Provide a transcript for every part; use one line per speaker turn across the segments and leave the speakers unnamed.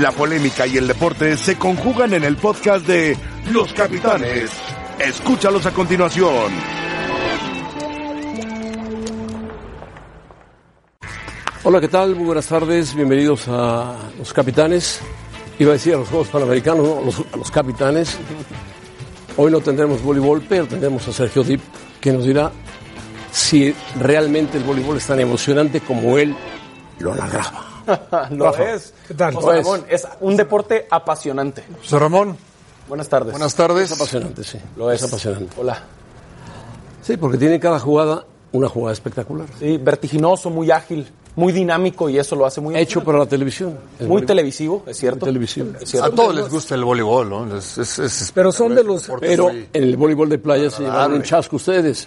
La polémica y el deporte se conjugan en el podcast de Los Capitanes. Escúchalos a continuación.
Hola, ¿qué tal? Muy buenas tardes. Bienvenidos a Los Capitanes. Iba a decir a los Juegos Panamericanos, no, a los, a los Capitanes. Hoy no tendremos voleibol, pero tendremos a Sergio Dip, que nos dirá si realmente el voleibol es tan emocionante como él lo narraba.
lo
Rafa,
es.
¿qué tal?
José
Lo es.
Ramón, es un deporte apasionante.
José Ramón.
Buenas tardes.
Buenas tardes.
Es apasionante, sí. Lo es apasionante.
Hola.
Sí, porque tiene cada jugada una jugada espectacular.
Sí, vertiginoso, muy ágil, muy dinámico y eso lo hace muy
Hecho para la televisión. El
muy
voleibol-
televisivo, es cierto.
televisivo.
Es
A
cierto.
todos les gusta el voleibol, ¿no? Es- es- es-
Pero son de los.
deporte
Pero
muy-
en el voleibol de playa se llevaron un chasco ustedes.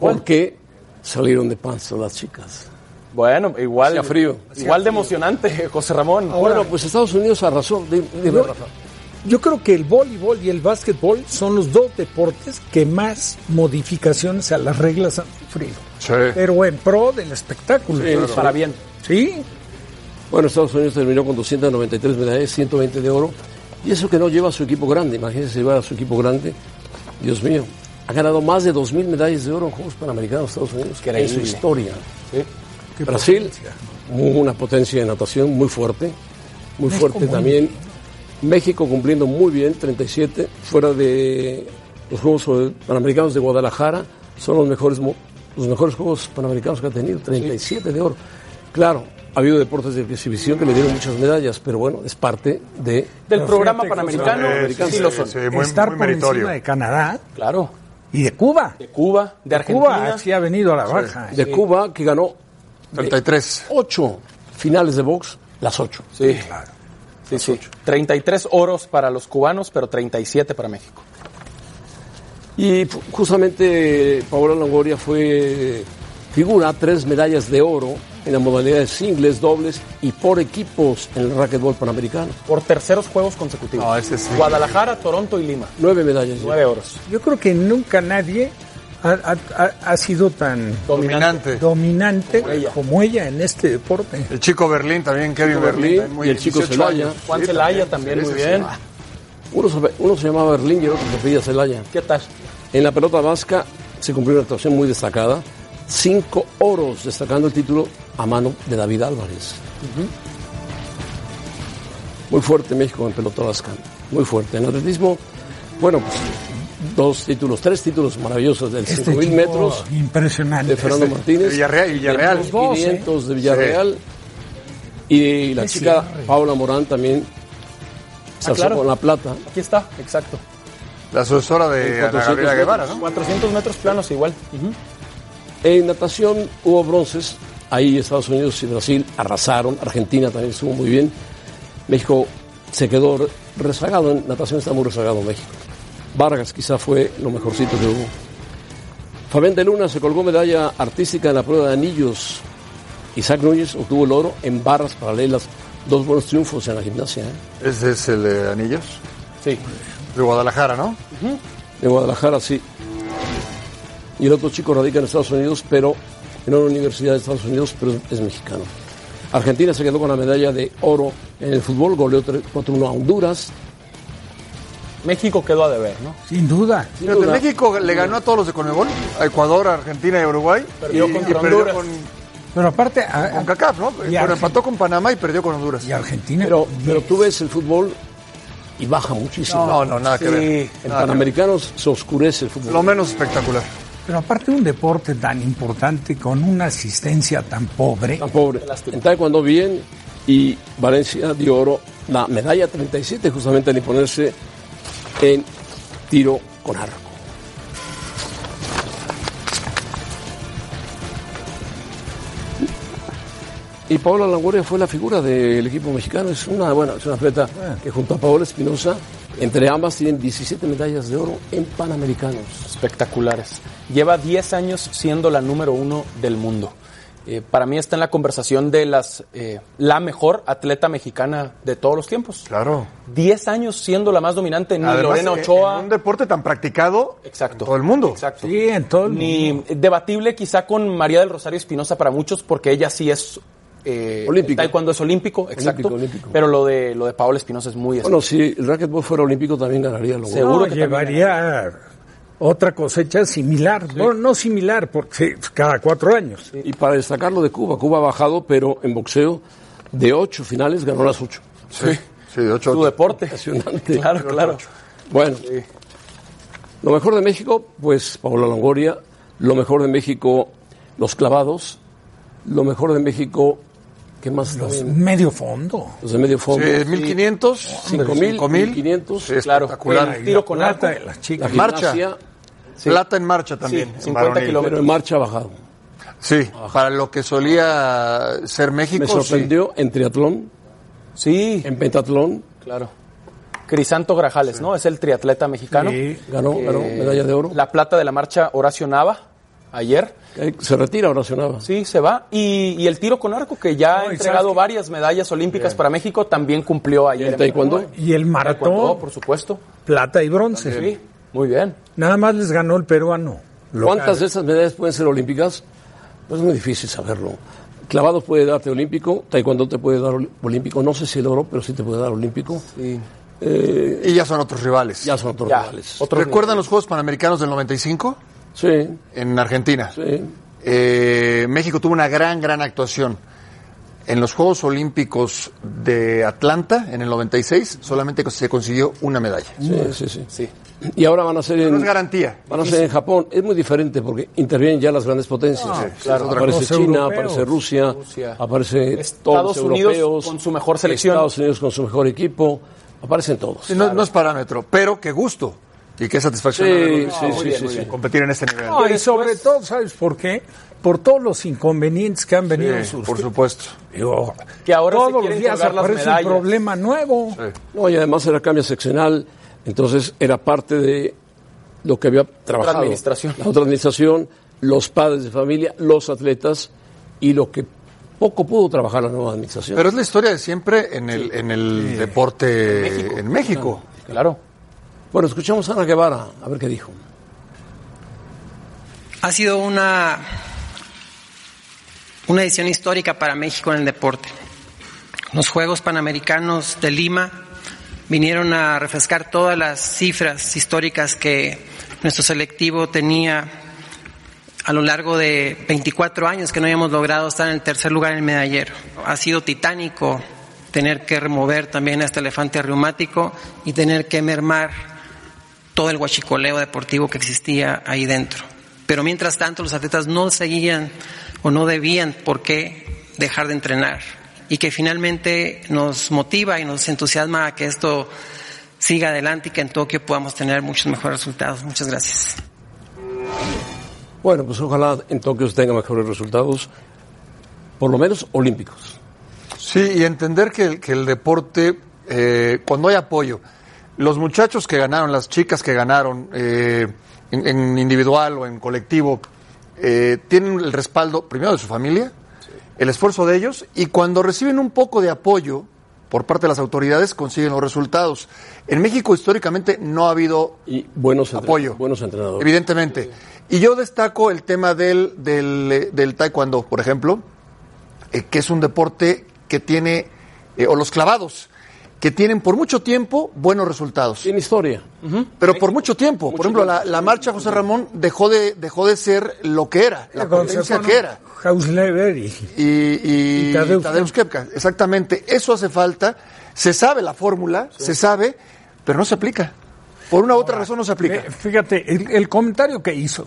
Porque salieron de panza las chicas.
Bueno, igual.
Hacía frío.
Igual de emocionante, José Ramón.
Bueno, pues Estados Unidos arrasó. Di- Dime, Rafa.
Yo creo que el voleibol y el básquetbol son los dos deportes que más modificaciones a las reglas han sufrido.
Sí.
Pero en pro del espectáculo. Sí.
para bien.
Bueno, Estados Unidos terminó con 293 medallas, 120 de oro. Y eso que no lleva a su equipo grande. Imagínense llevar a su equipo grande. Dios mío. Ha ganado más de 2.000 medallas de oro en Juegos Panamericanos Estados Unidos que en su
Increíble.
historia. Brasil, mu- una potencia de natación muy fuerte, muy fuerte también. México cumpliendo muy bien, 37, fuera de los Juegos Panamericanos de Guadalajara, son los mejores, mo- los mejores Juegos Panamericanos que ha tenido, 37 de oro. Claro, ha habido deportes de exhibición que le dieron muchas medallas, pero bueno, es parte de...
Del programa
fíjate,
panamericano.
Sí,
sí,
sí,
lo son.
sí, muy,
estar
muy
por
meritorio.
encima de Canadá
Claro.
y de Cuba.
De Cuba, de Argentina.
Cuba sí ha venido a la baja. ¿eh?
De Cuba, que ganó
33.
8 finales de box, las 8.
Sí. Sí, sí. 33 oros para los cubanos, pero 37 para México.
Y fu- justamente Paola Longoria fue figura, tres medallas de oro en la modalidad de singles, dobles y por equipos en el racquetball panamericano.
Por terceros juegos consecutivos.
No, ese sí.
Guadalajara, Toronto y Lima.
Nueve medallas. ya.
Nueve oros.
Yo creo que nunca nadie ha, ha- ha- ha sido tan
Dominante.
dominante como ella, en este deporte.
El chico Berlín también, Kevin Berlín.
Berlín
también muy-
y el chico
18
Celaya.
años.
Juan
Sí,
Celaya
sí,
también, muy
ese sí.
bien.
Uno se, uno se llamaba Berlín y el otro se apellida Celaya.
¿Qué tal?
En la pelota vasca se cumplió una actuación muy destacada. Cinco oros, destacando el título a mano de David Álvarez. Muy fuerte México en pelota vasca, muy fuerte. En atletismo, bueno, pues dos títulos, tres títulos maravillosos del
Este
5000
chico,
metros de
Impresionante.
Fernando
De
Martínez,
Villarreal. Villarreal.
los 500 de Villarreal y la
Es
chica
cierre.
Paula Morán también se
Ah,
alzó
claro.
con la plata.
Aquí está, exacto.
La sucesora de Ana
400
Gabriela Guevara, ¿no?
400 metros planos igual.
En natación hubo bronces, ahí Estados Unidos y Brasil arrasaron, Argentina también estuvo muy bien, México se quedó re- rezagado, en natación está muy rezagado México. Vargas quizá fue lo mejorcito que hubo. Fabián de Luna se colgó medalla artística en la prueba de anillos. Isaac Núñez obtuvo el oro en barras paralelas, dos buenos triunfos en la gimnasia ¿eh?
Ese es el de Anillos.
Sí.
De Guadalajara, ¿no?
de Guadalajara, sí. Y el otro chico radica en Estados Unidos, pero en una universidad de Estados Unidos, pero es, es mexicano. Argentina se quedó con la medalla de oro en el fútbol, goleó tre- 4-1 a Honduras.
México quedó a deber, ¿no?
Sin duda.
Sin
Fíjate,
duda,
México le ganó a todos los de Conmebol, a Ecuador, a Argentina y a Uruguay.
Perdió
y,
contra
y perdió
Honduras.
con,
Pero aparte. a-
con CACAF, ¿no?
Y
Bueno, empató con Panamá y perdió con Honduras.
Y Argentina.
pero, pero tú ves el fútbol y baja muchísimo.
No, no, nada que
Sí.
ver.
en
Nada que ver.
Panamericanos se oscurece el
Lo
fútbol.
menos espectacular.
Pero aparte un deporte tan importante con una asistencia tan pobre.
Tan Ah, pobre. En Taekwondo bien y Valencia dio oro la medalla 37 justamente al imponerse en tiro con arco. Y Paola Langoria fue la figura del equipo mexicano. Es una buena, es una atleta que junto a Paola Espinosa, entre ambas tienen 17 medallas de oro en Panamericanos.
Espectaculares. Lleva 10 años siendo la número uno del mundo. Eh, para mí está en la conversación de las eh, la mejor atleta mexicana de todos los tiempos.
Claro.
10 años siendo la más dominante, ni
Además,
Lorena
en-
Ochoa.
eh, en un deporte tan practicado
Exacto.
en todo el mundo.
Exacto.
Sí, en todo el
Ni debatible quizá con María del Rosario Espinosa para muchos, porque ella sí es eh,
Olímpico.
el taekwondo es olímpico, exacto.
Olímpico, olímpico.
Pero lo de lo de Paola Espinosa es muy
Bueno, si el racquetball fuera olímpico también ganaría lo bueno.
Seguro
No,
que también
llevaría otra cosecha similar. Bueno, no similar, porque pues, cada cuatro años.
Y para destacarlo de Cuba, Cuba ha bajado, pero en boxeo de ocho finales ganó las ocho.
Sí.
Sí, de ocho.
Tu deporte.
Impresionante.
Claro, claro.
Bueno, lo mejor de México, pues Paola Longoria. Lo mejor de México, los clavados. Lo mejor de México, ¿qué más?
Los
también?
medio fondo.
Los de medio fondo.
Sí, 1500, 5000, 5000.
5.500.
Sí,
Claro.
espectacular.
El tiro con
La
arco.
plata de las
La
chicas.
Marcha.
gimnasia,
Plata en marcha también. en
50
varonil.
kilómetros.
pero en marcha ha bajado.
Sí, para lo que solía ser México.
Me sorprendió en triatlón,
Sí,
en pentatlón.
claro. Crisanto Grajales, ¿no? Es el triatleta mexicano.
Sí.
Ganó, ganó
Eh,
medalla de oro.
La plata de la marcha Horacio Nava ayer.
Eh, Se retira ahora, Nava.
Sí, se va. Y, y el tiro con arco, que ya
No,
ha
y
entregado
sabes que-
varias medallas olímpicas para México, también cumplió
¿Y
ayer.
en taekwondo?
Y el
Taekwondo,
maratón,
por supuesto.
plata y bronce.
Sí, muy bien.
Nada más les ganó el peruano. local.
¿Cuántas de esas medallas pueden ser olímpicas? Pues es muy difícil saberlo. Clavados puede darte olímpico, taekwondo te puede dar ol- olímpico, no sé si el oro, pero sí te puede dar olímpico.
Sí,
Y ya son otros rivales.
Ya son otros
ya.
rivales.
Otro
¿Recuerdan los Juegos Panamericanos del 95
Sí,
en Argentina?
sí.
Eh, México tuvo una gran, gran actuación. En los Juegos Olímpicos de Atlanta, en el 96, solamente se consiguió una medalla.
Sí, sí, sí.
Sí.
Y ahora van a ser
No
en,
es garantía.
van a ser en Japón. Es muy diferente porque intervienen ya las grandes potencias.
claro.
aparece
Los
China,
europeos.
aparece Rusia,
Rusia.
aparece
Estados
todos los
Unidos
europeos,
con su mejor selección.
Estados Unidos con su mejor equipo, aparecen todos.
Sí, no, no es parámetro, pero qué gusto y qué satisfacción
Sí,
haberlo
sí,
hecho.
sí, sí, sí.
competir en este nivel.
No, y sobre todo, ¿sabes por qué? Por todos los inconvenientes que han venido
Sí,
sus...
por supuesto.
Digo,
Que ahora se
todos
quieren
los días
colgar las
aparece un
medallas.
problema nuevo.
No, y además era cambio seccional, entonces era parte de lo que había trabajado.
administración.
La otra administración, los padres de familia, los atletas y lo que poco pudo trabajar la nueva administración.
Pero es la historia de siempre en el, en el deporte en México.
Claro.
Bueno, escuchamos a Ana Guevara, a ver qué dijo.
Ha sido una, una edición histórica para México en el deporte. Los Juegos Panamericanos de Lima vinieron a refrescar todas las cifras históricas que nuestro selectivo tenía a lo largo de 24 años que no habíamos logrado estar en el tercer lugar en el medallero. Ha sido titánico tener que remover también a este elefante reumático y tener que mermar todo el guachicoleo deportivo que existía ahí dentro. Pero mientras tanto los atletas no seguían o no debían por qué dejar de entrenar y que finalmente nos motiva y nos entusiasma a que esto siga adelante y que en Tokio podamos tener muchos mejores resultados. Muchas gracias.
Bueno, pues ojalá en Tokio se tenga mejores resultados, por lo menos olímpicos.
Sí, y entender que el, que el deporte, eh, cuando hay apoyo, los muchachos que ganaron, las chicas que ganaron, eh, en, en individual o en colectivo, eh, tienen el respaldo primero de su familia, el esfuerzo de ellos, y cuando reciben un poco de apoyo por parte de las autoridades, consiguen los resultados. En México históricamente no ha habido
Y buenos, entre-
apoyo.
buenos entrenadores.
Evidentemente. Y yo destaco el tema del, del, eh, del taekwondo, por ejemplo, eh, que es un deporte que tiene, eh, o los clavados, que tienen por mucho tiempo buenos resultados.
Tiene historia.
Pero por mucho tiempo. por ejemplo, la, la marcha José Ramón dejó de, dejó de ser lo que era, la
Entonces,
potencia
bueno,
que era
Hausleber y...
y, y
Y Tadeusz
Tadeusz Koepka. Exactamente, eso hace falta. Se sabe la fórmula, se sabe, pero no se aplica. Por una u otra razón no se aplica.
Eh, Fíjate, el, el comentario que hizo,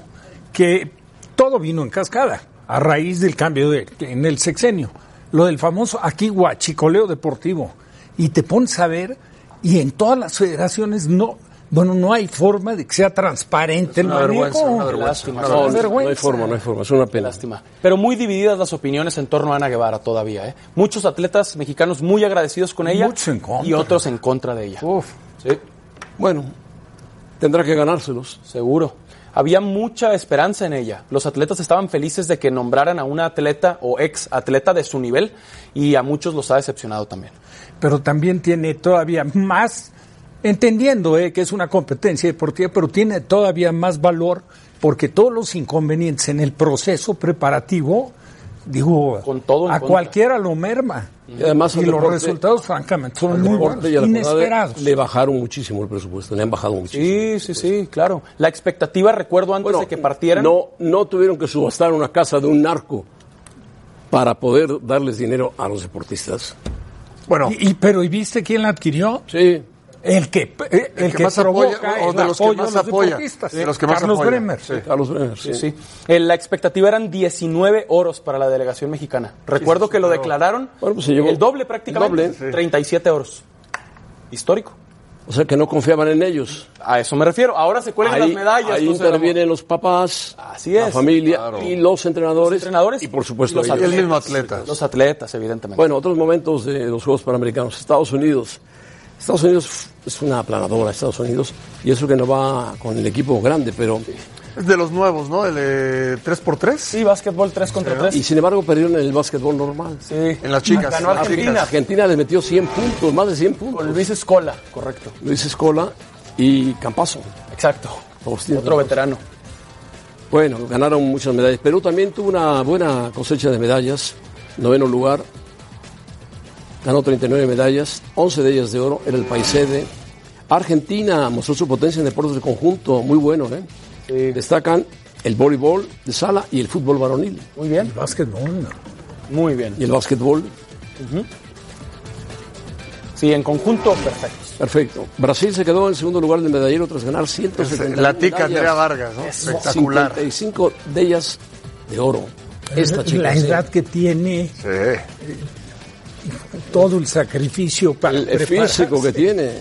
que todo vino en cascada a raíz del cambio de, en el sexenio. Lo del famoso aquí guachicoleo deportivo. Y te pones a ver, y en todas las federaciones no, bueno, no hay forma de que sea transparente el
una vergüenza,
manejo.
una vergüenza.
Lástima.
una
No,
vergüenza.
no hay forma, no hay forma, es una pena.
Lástima. Pero muy divididas las opiniones en torno a Ana Guevara todavía. ¿eh? Muchos atletas mexicanos muy agradecidos con ella
Muchos en contra.
y otros en contra de ella.
Uf.
Sí,
Bueno, tendrá que ganárselos.
seguro. Había mucha esperanza en ella. Los atletas estaban felices de que nombraran a una atleta o ex atleta de su nivel y a muchos los ha decepcionado también.
pero también tiene todavía más, entendiendo eh, que es una competencia deportiva, pero tiene todavía más valor porque todos los inconvenientes en el proceso preparativo digo,
Con todo en
a
contra.
cualquiera lo merma.
Y además
y
al
los
deporte-
resultados, francamente, son
al
muy
deporte
buenos,
y a la jornada
inesperados.
Le bajaron muchísimo el presupuesto, le han bajado muchísimo.
Sí, sí, sí, claro. La expectativa, recuerdo, antes
Bueno,
de que partieran.
No, no tuvieron que subastar una casa de un narco para poder darles dinero a los deportistas.
Bueno,
Y, y- pero ¿y viste quién la adquirió?
Sí.
El que, eh, el que,
más
provoca
apoya, o
el
de los que
apoyo
más
a los
apoya,
deportistas. eh,
de los que más
Carlos
apoya,
Bremer.
sí.
Carlos Bremer, sí.
Sí. Eh, la expectativa eran 19 oros para la delegación mexicana. Recuerdo que lo declararon
Bueno, pues se llegó-
el doble prácticamente,
el doble.
37 oros. Histórico.
O sea que no confiaban en ellos.
A eso me refiero. Ahora se cuelgan las
Ahí,
medallas.
ahí
José Ramón.
intervienen los papás,
Así
la
es,
familia
claro.
y los entrenadores,
Los entrenadores
y por supuesto
y los
ellos.
el
atletas.
mismo atleta.
Los atletas, evidentemente.
Bueno, otros momentos de los Juegos Panamericanos. Estados Unidos. Estados Unidos es una aplanadora, Estados Unidos. Y eso que no va con el equipo grande, pero...
Es de los nuevos, ¿no? El eh, 3x3
sí, básquetbol 3 contra 3.
Y sin embargo perdieron en el básquetbol normal.
en las chicas.
Ganó
las
Argentina.
chicas.
Argentina les metió 100 puntos, más de 100
Con
puntos.
Luis Escola, correcto.
Luis Escola y Campazo.
Exacto.
Agustín
Otro
Ramos.
veterano.
Bueno, ganaron muchas medallas. Perú también tuvo una buena cosecha de medallas. Noveno lugar. Ganó 39 medallas, 11 de ellas de oro. Era el país sede. Argentina mostró su potencia en deportes de conjunto, muy bueno. ¿eh? Destacan el voleibol de sala y el fútbol varonil.
Muy bien.
El básquetbol, no.
Muy bien.
Y el básquetbol,
Sí, en conjunto, perfecto.
perfecto. Brasil se quedó en segundo lugar del medallero tras ganar 170
La tica Andrea Vargas, ¿no? Espectacular.
55 de ellas de oro. Esta chica.
la
sí.
edad que tiene,
Sí.
todo el sacrificio para
el, el
prepararse.
físico que tiene,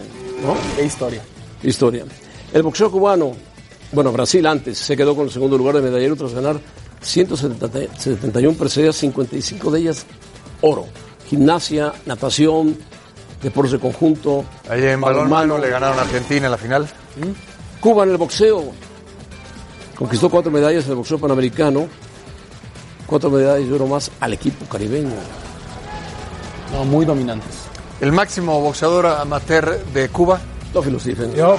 ¿no?
Qué historia.
Historia. El boxeo cubano, bueno, Brasil antes, se quedó con el segundo lugar de medallero tras ganar 171 preseas, 55 de ellas oro. Gimnasia, natación, deportes de conjunto.
Ahí en balón mano le ganaron a Argentina en la final.
Cuba en el boxeo. Conquistó cuatro medallas en el boxeo panamericano. Cuatro medallas de oro más al equipo caribeño.
No, muy dominantes.
El máximo boxeador amateur de Cuba.
Teófilo Stephen.
Yo,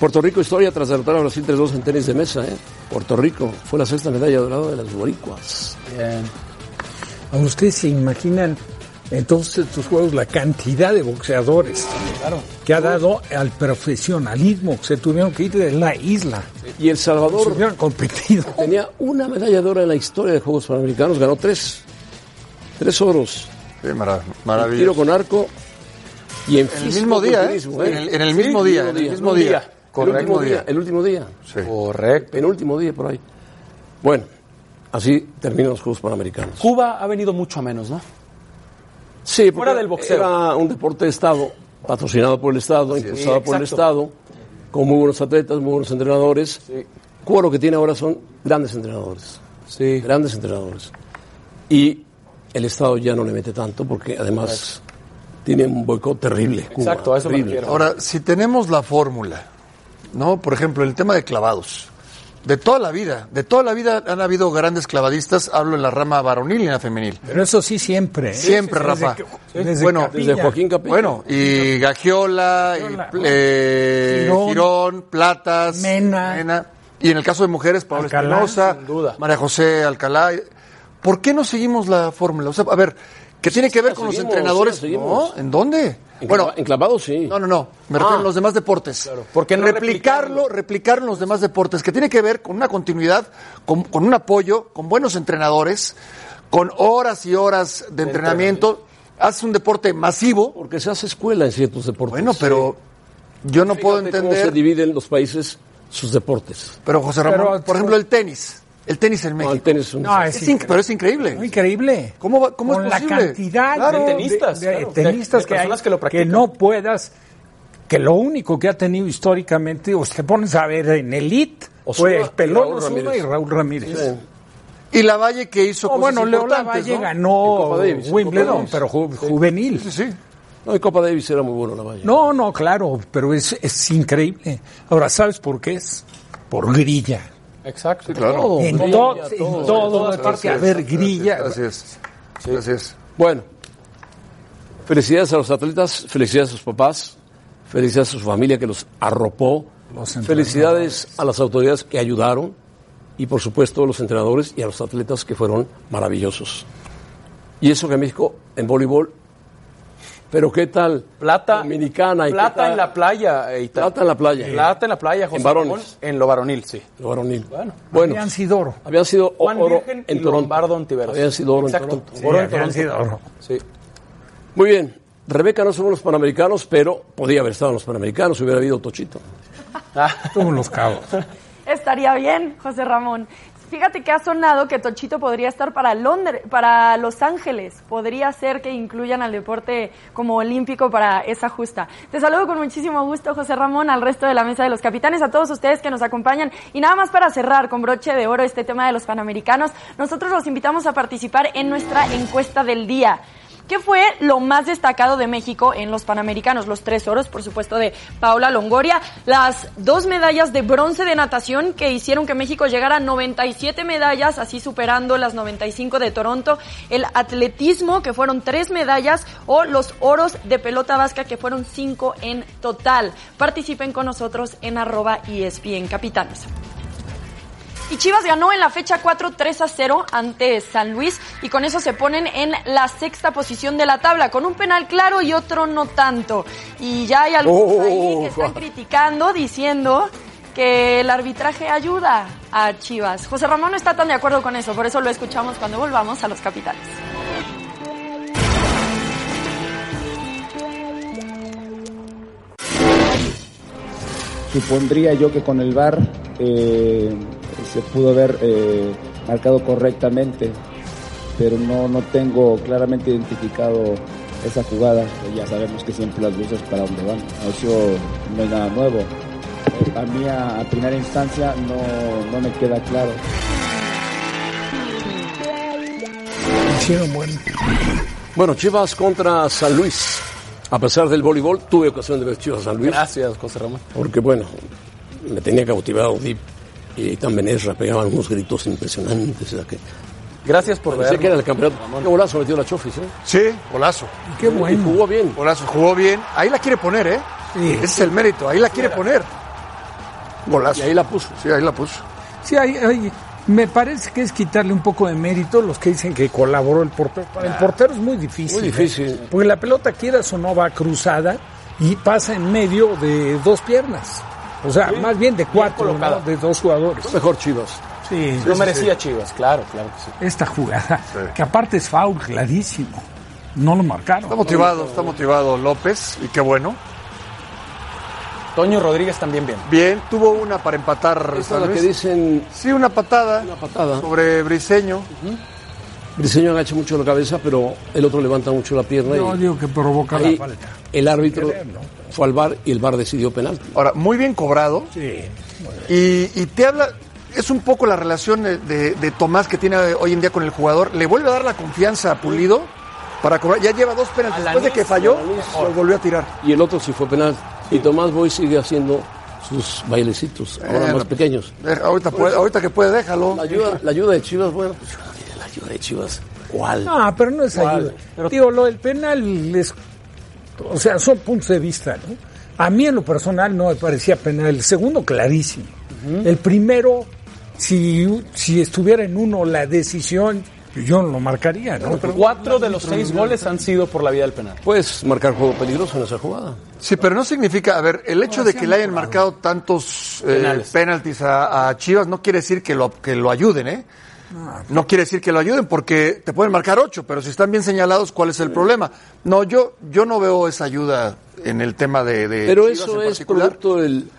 Puerto Rico historia tras derrotar a Brasil 3-2 en tenis de mesa. ¿eh? Puerto Rico fue la sexta medalla dorada de las boricuas.
Bien.
¿a ustedes se imaginan entonces estos juegos la cantidad de boxeadores que ha dado al profesionalismo? que Se tuvieron que ir de la isla,
Y El
se
Salvador
hubieran competido.
tenía una medalla de oro en la historia de Juegos Panamericanos, ganó tres. Tres oros.
Sí, mara-
En Tiro
maravilloso.
con arco y en
El mismo día, ¿eh?
fisicoculturismo,
En el- en el mismo día, en el mismo día.
El último
Correcto.
día, el último día.
Sí.
Correcto.
Penúltimo día por ahí. Bueno, así terminan los Juegos Panamericanos.
Cuba ha venido mucho a menos, ¿no?
Sí,
Fuera
porque
del boxeo.
Era un deporte de Estado, patrocinado por el Estado, impulsado
Sí,
por el
exacto.
Estado, con muy buenos atletas, muy buenos entrenadores. Cuba lo que tiene ahora son grandes entrenadores,
Sí.
grandes entrenadores. Y el Estado ya no le mete tanto porque además tiene un boicot terrible. Cuba,
Exacto, a eso me
terrible.
refiero.
Ahora, si tenemos la fórmula, ¿no? Por ejemplo, el tema de clavados. De toda la vida, de toda la vida han habido grandes clavadistas, hablo en la rama varonil y en la femenil.
Pero eso sí, siempre. ¿eh?
Siempre,
Desde
Rafa.
que-
Sí.
desde
Bueno,
Capilla.
Desde Joaquín Capilla.
Bueno, y Gagiola, y,
Gagiola.
eh,
Girón.
Girón, Platas,
Mena.
Y en el caso de mujeres, Paola
Alcalá,
Espinosa,
sin duda.
María José Alcalá. ¿Por qué no seguimos la fórmula? O sea, a ver, ¿qué tiene que ver
la
con los
seguimos,
entrenadores?
sí la seguimos.
¿No? ¿En dónde?
En
Bueno,
clava- en clavado sí.
no, no, no. Me refiero a los demás deportes.
¿Por qué no
replicarlo, replicarlo en los demás deportes, que tiene que ver con una continuidad, con, con un apoyo, con buenos entrenadores, con horas y horas de, entrenamiento. Haces un deporte masivo.
Porque se hace escuela en ciertos deportes.
Bueno, pero yo no puedo
Fíjate cómo se
entender.
dividen los países sus deportes.
Pero José
Pero-
Ramón, por ejemplo, el tenis. El tenis en
No,
México.
el tenis es Ah, un-
No,
Es inc- pero es increíble.
Increíble.
¿Cómo va- cómo es
Con la
posible?
cantidad
Claro.
de
De
tenistas,
tenistas,
de,
claro.
tenistas
De- de
que, hay,
personas que lo practican.
no puedas, que lo único que ha tenido históricamente, o te pones a ver en Elite,
Osuna
fue el Pelón
y Raúl
Osuna
Ramírez.
y Raúl Ramírez.
Y la Valle que hizo
No,
cosas
bueno, Leo
importantes,
Lavalle
¿no?
En
ganó
Copa Davis, en Copa
Wimbledon,
Davis.
pero ju- juvenil.
Sí, sí.
No, y Copa Davis era muy bueno la valla.
No, no, claro, pero es, es increíble. Ahora, ¿sabes por qué es? Por grilla.
Exacto.
claro.
en
grilla,
todo, en
todo, en
todo,
todas
tiene que haber grilla.
Así es. Así es.
Bueno, felicidades a los atletas, felicidades a sus papás, felicidades a su familia que los arropó,
Los entrenadores.
felicidades a las autoridades que ayudaron, y por supuesto a los entrenadores y a los atletas que fueron maravillosos. Y eso que México en voleibol, pero qué tal
Plata,
dominicana y
plata en la playa, eh, Eita.
Plata en la playa.
Plata en la playa, José
En varones.
Ramón, En lo varonil, sí.
lo varonil.
Bueno,
bueno
Habían sido oro.
habían sido o-
Juan
oro
Virgen y
en Toronto.
Lombardo Ontiveros.
Habían sido oro
Exacto.
en Toronto.
Oro en
habían
Toronto.
sido oro.
Sí.
Muy bien. Rebeca no son los panamericanos, pero podía haber estado en los panamericanos, hubiera habido Tochito.
Ah,
Como los cabos.
Estaría bien, José Ramón. Fíjate que ha sonado que Tochito podría estar para Londres, para Los Ángeles. Podría ser que incluyan al deporte como olímpico para esa justa. Te saludo con muchísimo gusto, José Ramón, al resto de la mesa de los capitanes, a todos ustedes que nos acompañan. Y nada más para cerrar con broche de oro este tema de los panamericanos, nosotros los invitamos a participar en nuestra encuesta del día. ¿Qué fue lo más destacado de México en los Panamericanos? Los tres oros, por supuesto, de Paola Longoria, las dos medallas de bronce de natación que hicieron que México llegara a 97 medallas, así superando las 95 de Toronto, el atletismo, que fueron tres medallas, o los oros de pelota vasca, que fueron cinco en total. Participen con nosotros en arroba ESPN Capitanes. Y Chivas ganó en la fecha 4 3 a 0 ante San Luis y con eso se ponen en la sexta posición de la tabla, con un penal claro y otro no tanto. Y ya hay algunos ahí que están criticando diciendo que el arbitraje ayuda a Chivas. José Ramón no está tan de acuerdo con eso, por eso lo escuchamos cuando volvamos a los capitales.
supondría yo que con el VAR eh, se pudo haber eh, marcado correctamente, pero no, no tengo claramente identificado esa jugada. Ya sabemos que siempre las luces para dónde van. Eso no es nada nuevo. Eh, a mí a, a primera instancia no, no me queda claro.
Hicieron bueno.
Bueno, Chivas contra San Luis. A pesar del voleibol, tuve ocasión de ver Chivas a San Luis.
gracias, José Ramón.
Porque, bueno, me tenía cautivado Deep y tan Benesra pegaban unos gritos impresionantes. o sea que-
Gracias por
Pensé que era el
ver.
campeonato. Qué golazo metió la Chofis, ¿eh?
Sí, golazo.
Qué
Y
bueno.
jugó bien.
Golazo, jugó bien. Ahí la quiere poner, ¿eh?
Sí.
Ese es el mérito, ahí la quiere poner. Golazo.
Y ahí la puso.
Sí, ahí la puso.
Sí, hay- hay- me parece que es quitarle un poco de mérito a los que dicen que colaboró el portero. Para el portero es muy difícil.
Muy difícil.
¿eh? Porque la pelota, quieras o no, va cruzada y pasa en medio de dos piernas. O sea, más bien de cuatro,
colocada.
¿no? de dos jugadores.
Mejor Chivas.
Sí,
Lo merecía Chivas, claro, claro que sí.
esta jugada, que aparte es foul clarísimo. No lo marcaron.
Está motivado, está motivado López, y qué bueno.
Toño Rodríguez también bien.
Bien, tuvo una para empatar.
Esa
San
es la
Luis.
que dicen,
Sí, una patada.
Una patada.
Sobre Briseño.
Briseño agacha mucho la cabeza, pero el otro levanta mucho la pierna.
No
y
digo que provoca
ahí
la falta.
el árbitro
Sin querer, ¿no?
fue al bar y el bar decidió penalti.
Ahora, muy bien cobrado.
Sí.
Y, y te habla, es un poco la relación de, de- de Tomás que tiene hoy en día con el jugador. Le vuelve a dar la confianza a Pulido para cobrar. Ya lleva dos penaltis.
Alanis,
Después de que falló,
Alanis.
lo volvió a tirar.
Y el otro sí fue penal. Y Tomás Boy sigue haciendo sus bailecitos, ahora
Bueno.
más pequeños.
Eh, Ahorita, puede- ahorita que puede, déjalo.
Pues, La ayuda, la ayuda de Chivas, bueno, pues, la ayuda de Chivas, ¿cuál?
No, pero no es ayuda. Digo, lo del penal es. O sea, son puntos de vista, ¿no? A mí en lo personal no me parecía penal. El segundo, clarísimo. El primero, si, si estuviera en uno la decisión, yo no lo marcaría, ¿no? Pero-
Cuatro de los seis goles han sido por la vía del penal.
Puedes pues, marcar juego peligroso en esa jugada.
Sí, pero no significa, a ver, el hecho de que le hayan marcado tantos eh,
Penales.
penaltis a, a Chivas no quiere decir que lo, que lo ayuden, ¿eh? No quiere decir que lo ayuden porque te pueden marcar ocho, pero si están bien señalados, ¿cuál es el problema? No, yo, yo no veo esa ayuda en el tema de, de
Pero
Chivas
eso
en
es
particular.
producto del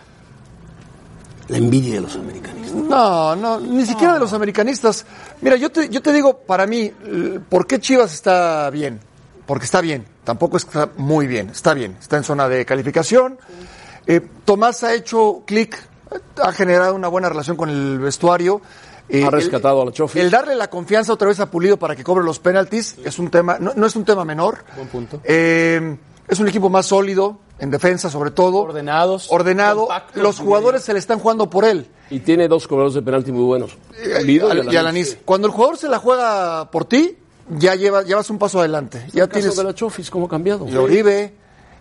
la envidia de los americanistas.
No, no, ni siquiera de los americanistas. Mira, yo te, yo te digo, para mí, l- ¿por qué Chivas está bien? Porque está bien, tampoco está muy bien, está bien, está en zona de calificación. Eh, Tomás ha hecho clic, ha generado una buena relación con el vestuario. Eh,
Ha rescatado a la Chofis.
El darle la confianza otra vez a Pulido para que cobre los penaltis es un tema, no, no es un tema menor. Buen
punto.
es un equipo más sólido, en defensa sobre todo.
Ordenados,
Ordenado.
compactos,
Los jugadores se le están jugando por él.
Y tiene dos cobradores de penalti muy buenos. Pulido
Eh, Al- y Alanis. Cuando el jugador se la juega por ti, ya lleva, llevas un paso adelante. Ya
El caso
tienes
de la Chofis, ¿cómo ha cambiado?
y Oribe,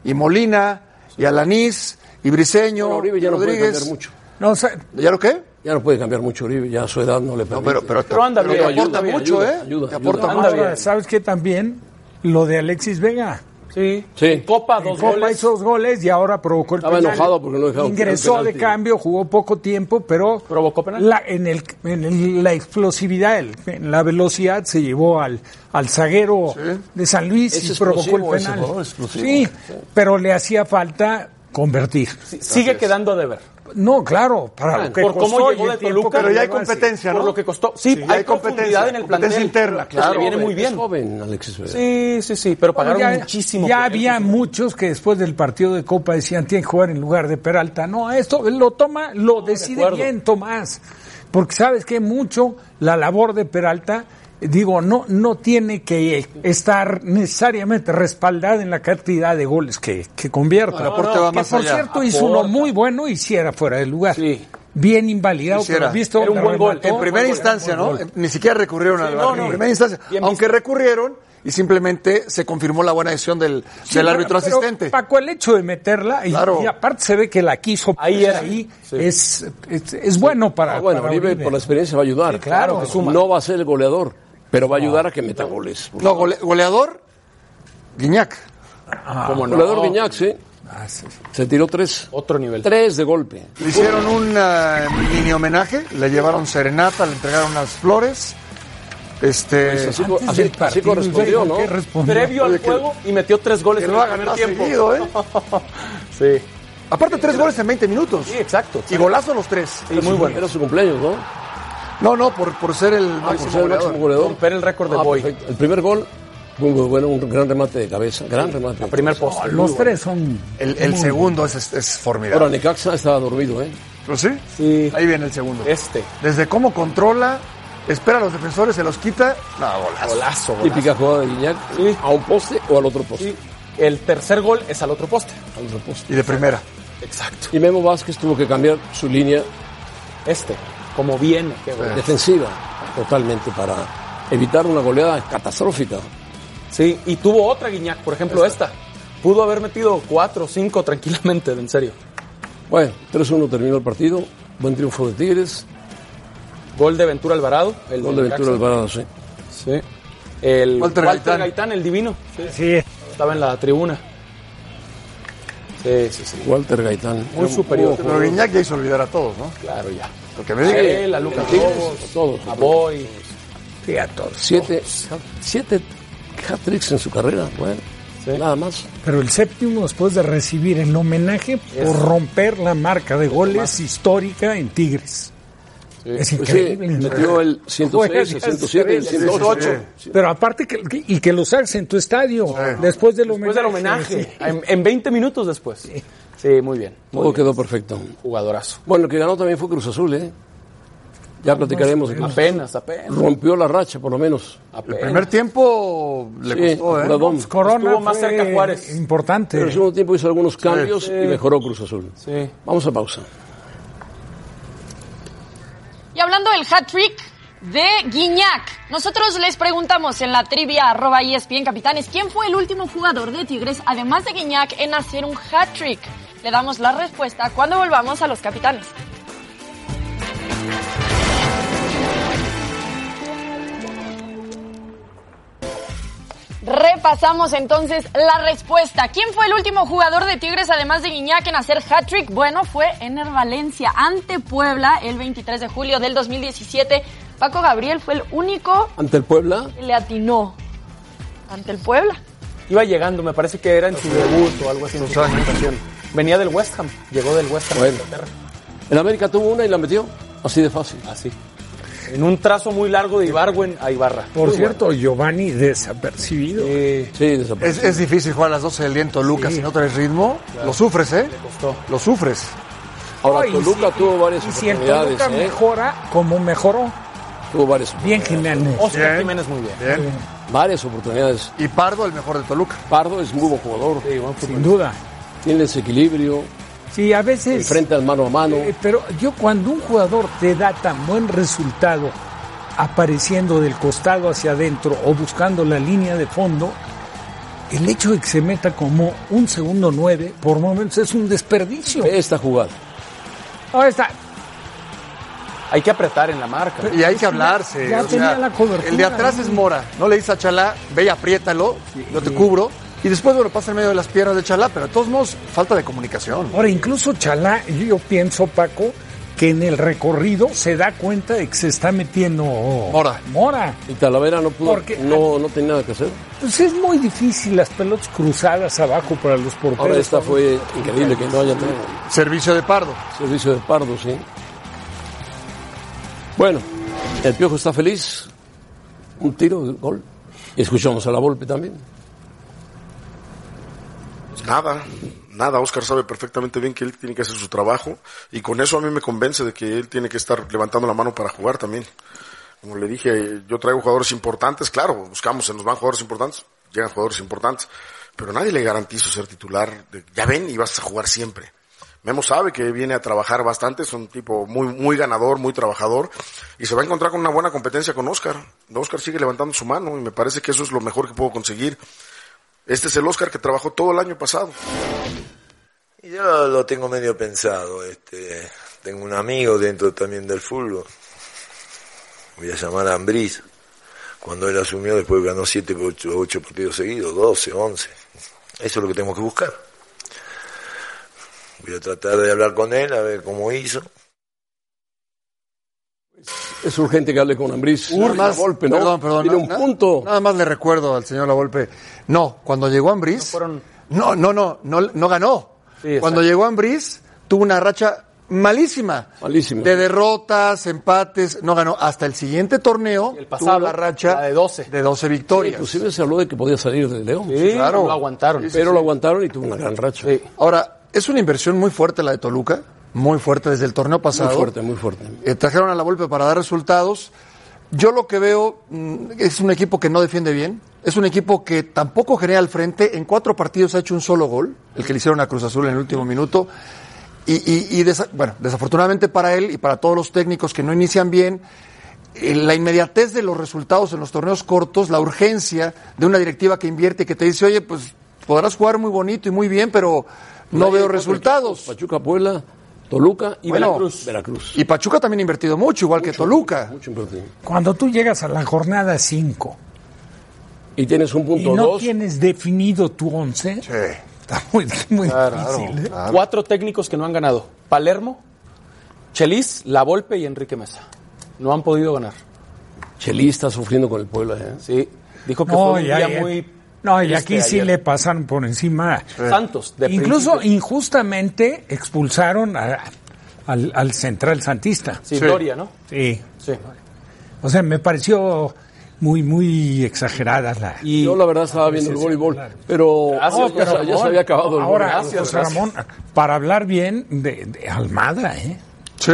y Molina, y Alanís, y Briseño,
Bueno, Oribe
y
ya no puede
Rodríguez.
cambiar mucho.
No, o sea,
¿Ya lo qué?
Ya no puede cambiar mucho Uribe, ya a su edad no le permite.
pero- pero-
Pero anda
pero
bien,
te aporta
ayuda bien,
mucho,
ayuda,
¿eh?
ayuda,
te
ayuda.
aporta
Anda
mucho.
Ahora,
bien.
¿Sabes qué también? Lo de Alexis Vega.
Sí.
Sí.
En Copa,
En
dos
Copa
goles.
hizo dos goles y ahora provocó el
Estaba
penal.
enojado porque no dejaron
Ingresó
el
de
penalti.
cambio, jugó poco tiempo, pero
Provocó penal.
la, en, el, en el- la explosividad, el- en la velocidad se llevó al, al zaguero de San Luis
Es
y provocó el
explosivo ese
penal.
jugador, explosivo.
sí, pero le hacía falta convertir.
Sí, Sigue quedando a deber.
No, claro, para lo que
Por cómo
costó y
llegó
el
de
tiempo
Toluca,
que
Pero ya hay
llevaba, sí.
competencia, ¿no?
Por lo que costó. Sí,
ya
hay,
hay
competencia
competencia,
en el plantel.
competencia interna, claro.
Le viene muy
Es
bien.
joven, Alexis Vega.
Sí, sí, sí, pero pagaron
ya,
muchísimo.
Ya
por él.
había muchos que después del partido de Copa decían, tienen que jugar en lugar de Peralta. No, esto lo toma, lo decide
acuerdo.
bien Tomás. Porque sabes que mucho la labor de Peralta, digo, no, no tiene que estar necesariamente respaldada en la cantidad de goles que, que
No,
convierta.
el aporte va
que
más
por
allá.
cierto hizo uno muy bueno y si era fuera de lugar.
Sí.
Bien invalidado,
Sí, sí era.
pero visto.
Era un
la
buen gol.
remató.
En primera instancia, ¿no? Ni siquiera recurrieron al
no,
VAR,
no.
En primera instancia.
Bien
Aunque recurrieron y simplemente se confirmó la buena decisión del, del árbitro
pero,
asistente.
Paco, el hecho de meterla, y,
Claro.
y aparte se ve que la quiso
Ahí
poner
era. Sí.
es, es, es bueno para.
Ah, bueno,
para
Uribe,
Uribe.
por la experiencia va a ayudar.
claro, que suma.
No va a ser el goleador, pero va a ayudar a que meta goles.
No, gole- goleador, Guiñac.
Cómo no.
Goleador Guiñac, Ah, sí. Se tiró tres.
Otro nivel.
Tres de golpe.
Le hicieron un eh, mini homenaje, le llevaron serenata, le entregaron unas flores.
Pues
Este,
Así,
Antes
así-
del
así
partido,
correspondió,
Uribe,
¿no?
¿qué respondió?
Previo al juego y metió tres goles
que
en
lo
el
hagan
primer
más
tiempo.
seguido, ¿eh?
Sí.
Aparte, tres goles en 20 minutos.
Sí, exacto.
Y golazo los tres.
Sí, muy bueno.
Era su cumpleaños, ¿no?
No, no, por, por ser el
Ah, por
máximo
ser el máximo
goleador.
goleador.
Romper el récord de
Ah,
Boy.
perfecto. El primer gol, muy bueno, un gran remate de cabeza. Gran remate. de
Primer
cabeza.
poste.
Los tres son.
El, el segundo es, es, es
Ahora,
formidable.
Necaxa estaba dormido, ¿eh?
¿Pero sí?
Sí.
Ahí viene el segundo.
Este.
Desde cómo controla, espera a los defensores, se los quita. No, golazo.
Golazo, golazo.
Típica jugada de Guiñac.
Ah. Sí.
A un poste o al otro poste.
Sí. El tercer gol es al otro poste.
Al otro poste.
Y de primera.
Exacto.
Y Memo Vázquez tuvo que cambiar su línea
Este. Como viene. Qué bueno.
defensiva totalmente para evitar una goleada catastrófica.
Sí, y tuvo otra Guiñac, por ejemplo, esta. Pudo haber metido cuatro o cinco tranquilamente, en serio.
Bueno, 3-1 terminó el partido. Buen triunfo de Tigres.
Gol de Ventura Alvarado. El
Gol de Ventura
Necaxa.
Alvarado, sí.
Sí. El Walter,
Walter
Gaitán.
Gaitán.
el divino. Sí.
Sí,
Estaba en la tribuna. Sí, sí, sí.
Walter Gaitán.
Muy superior.
Pero Guiñac ya hizo olvidar a todos, ¿no?
Claro, ya.
Porque me digan.
Él, a Lucas Lobos,
Todos.
a Boy.
sí, a todos.
Siete, siete hat-tricks en su carrera. Bueno, nada más.
Pero el séptimo, después de recibir el homenaje por romper la marca de goles histórica en Tigres. Es
Pues sí,
increíble.
metió el 106, el 107, el 108.
Pero aparte, que, que- y que los hagas en tu estadio, después del
Después del
homenaje.
homenaje. En, en 20 minutos después. Sí, muy bien.
Todo quedó perfecto.
Jugadorazo.
Bueno, el que ganó también fue Cruz Azul, ¿eh?
Ah,
Ya platicaremos. de Cruz Azul.
Apenas, apenas.
Rompió la racha, por lo menos.
El
apenas.
primer tiempo le
Sí,
costó, ¿eh?
Obrador.
Corona
Estuvo más
fue
cerca Juárez.
Importante.
Pero el segundo tiempo hizo algunos cambios y mejoró Cruz Azul.
Sí.
Vamos a pausa.
Y hablando del hat trick de Guiñac, nosotros les preguntamos en la trivia arroba E ESPN Capitanes quién fue el último jugador de Tigres, además de Guiñac, en hacer un hat trick. Le damos la respuesta cuando volvamos a los capitanes. Repasamos entonces la respuesta. ¿Quién fue el último jugador de Tigres, además de Guiñac, en hacer hat-trick? Bueno, fue Ener Valencia ante Puebla el 23 de julio del 2017. Paco Gabriel fue el único
Ante el Puebla,
que le atinó ante el Puebla.
Iba llegando, me parece que era en su debut o algo así. en su presentación. Venía del West Ham, llegó del West Ham.
Bueno.
Inglaterra.
el América tuvo una y la metió. Así de fácil.
Así. En un trazo muy largo de Ibargüen a Ibarra.
Por cierto, Giovanni desapercibido.
Eh,
Sí, desapareció.
Es, es difícil jugar a las 12 del día en Toluca si no traes ritmo. Lo sufres, ¿eh? Lo sufres.
Ahora,
Y
Toluca
si-
tuvo varias
y si el
oportunidades.
Toluca
¿eh?
mejora, como mejoró,
Tuvo varias,
bien Jiménez.
Oscar
Bien.
Jiménez muy bien.
Bien.
varias oportunidades.
Y Pardo, el mejor de Toluca.
Pardo es muy buen jugador.
Sí, buen
eh, sin duda.
Tiene desequilibrio,
Sí, a veces.
enfrenta al mano a mano.
eh, pero yo cuando un jugador te da tan buen resultado apareciendo del costado hacia adentro o buscando la línea de fondo, el hecho de que se meta como un segundo nueve, por momentos es un desperdicio.
Ve Esta jugada.
Ahora está.
Hay que apretar en la marca.
Y hay que hablarse. o
ya
sea,
tenía la cobertura,
el de atrás es Mora. No le dices a Chalá, ve y apriétalo, yo te cubro. Y después, bueno, pasa en medio de las piernas de Chalá, pero de todos modos, falta de comunicación.
Ahora, incluso Chalá, yo yo pienso, Paco, que en el recorrido se da cuenta de que se está metiendo
Mora.
Mora.
Y Talavera no pudo,
Porque-
no, no tenía nada que hacer.
Pues es muy difícil las pelotas cruzadas abajo para los porteros.
Ahora esta fue increíble que no haya tenido
Servicio de Pardo.
servicio de Pardo, sí. Bueno, el Piojo está feliz. Un tiro, un gol. Y escuchamos a la Volpe también.
Pues Nada, nada. Oscar sabe perfectamente bien que él tiene que hacer su trabajo y con eso a mí me convence de que él tiene que estar levantando la mano para jugar también. Como le dije, eh, yo traigo jugadores importantes, claro, buscamos, se nos van jugadores importantes, llegan jugadores importantes, pero nadie le garantizo ser titular. de, ya ven y vas a jugar siempre. Memo sabe que viene a trabajar bastante, es un tipo muy, muy ganador, muy trabajador, y se va a encontrar con una buena competencia con Oscar. Oscar sigue levantando su mano y me parece que eso es lo mejor que puedo conseguir. Este es el Oscar que trabajó todo el año pasado.
Y Yo lo tengo medio pensado. Este, tengo un amigo dentro también del fútbol. Voy a llamar a Ambriz. Cuando él asumió, después ganó 7 o 8 partidos seguidos, 12, 11. Eso es lo que tenemos que buscar. Voy a tratar de hablar con él, a ver cómo hizo.
Es urgente que hable con Ambriz.
Nada más-
La Volpe, ¿no?
Perdón, perdón.
Tiene un
nada-
punto.
Nada más le recuerdo al señor La Volpe. No, cuando llegó Ambriz. No,
fueron-
no, no, no, no, ganó.
Sí, exacto.
cuando llegó Ambriz, tuvo una racha malísima.
Malísima.
De derrotas, empates, no ganó. Hasta el siguiente torneo,
el pasado,
tuvo la racha
la de 12.
de 12 victorias.
Inclusive se habló de que podía salir de León.
Sí,
claro.
Lo aguantaron.
Pero lo aguantaron y tuvo una gran racha.
Sí.
Ahora, es una inversión muy fuerte la de Toluca, muy fuerte desde el torneo pasado.
Muy fuerte, muy fuerte.
Eh, trajeron a la Volpe para dar resultados. Yo lo que veo mm, es un equipo que no defiende bien, es un equipo que tampoco genera al frente. En cuatro partidos ha hecho un solo gol, el que le hicieron a Cruz Azul en el último minuto. Y, y- y desa- bueno, desafortunadamente para él y para todos los técnicos que no inician bien, eh, la inmediatez de los resultados en los torneos cortos, la urgencia de una directiva que invierte y que te dice, oye, pues podrás jugar muy bonito y muy bien, pero no
Hay
veo
cuatro
resultados.
equipos, Pachuca, Puebla, Toluca y
Bueno,
Veracruz. Veracruz.
Y Pachuca también ha invertido mucho, igual que Toluca.
Mucho importante.
Cuando tú llegas a la jornada 5
Y tienes un
y
punto
no
dos.
tienes definido tu 11, está muy, muy difícil. ¿eh?
Ah.
Cuatro técnicos que no han ganado. Palermo, Chelis, La Volpe y Enrique Mesa. No han podido ganar.
Chelí está sufriendo con el Puebla. ¿eh?
Sí. Dijo que
No,
fue un
y, ahí-
día muy
no, y
triste
aquí sí
ayer.
le pasaron por encima.
Santos. De
Incluso
principio.
injustamente expulsaron a- al, al central santista.
Sí, Doria, ¿no?
Sí.
Sí.
O sea, me pareció muy, muy exagerada la...
Y
Yo la verdad estaba viendo el voleibol, pero
Gracias,
ya, se- ya se había acabado el
Ahora,
voleibol.
José Ramón, para hablar bien de, de Almada, ¿eh?
Sí.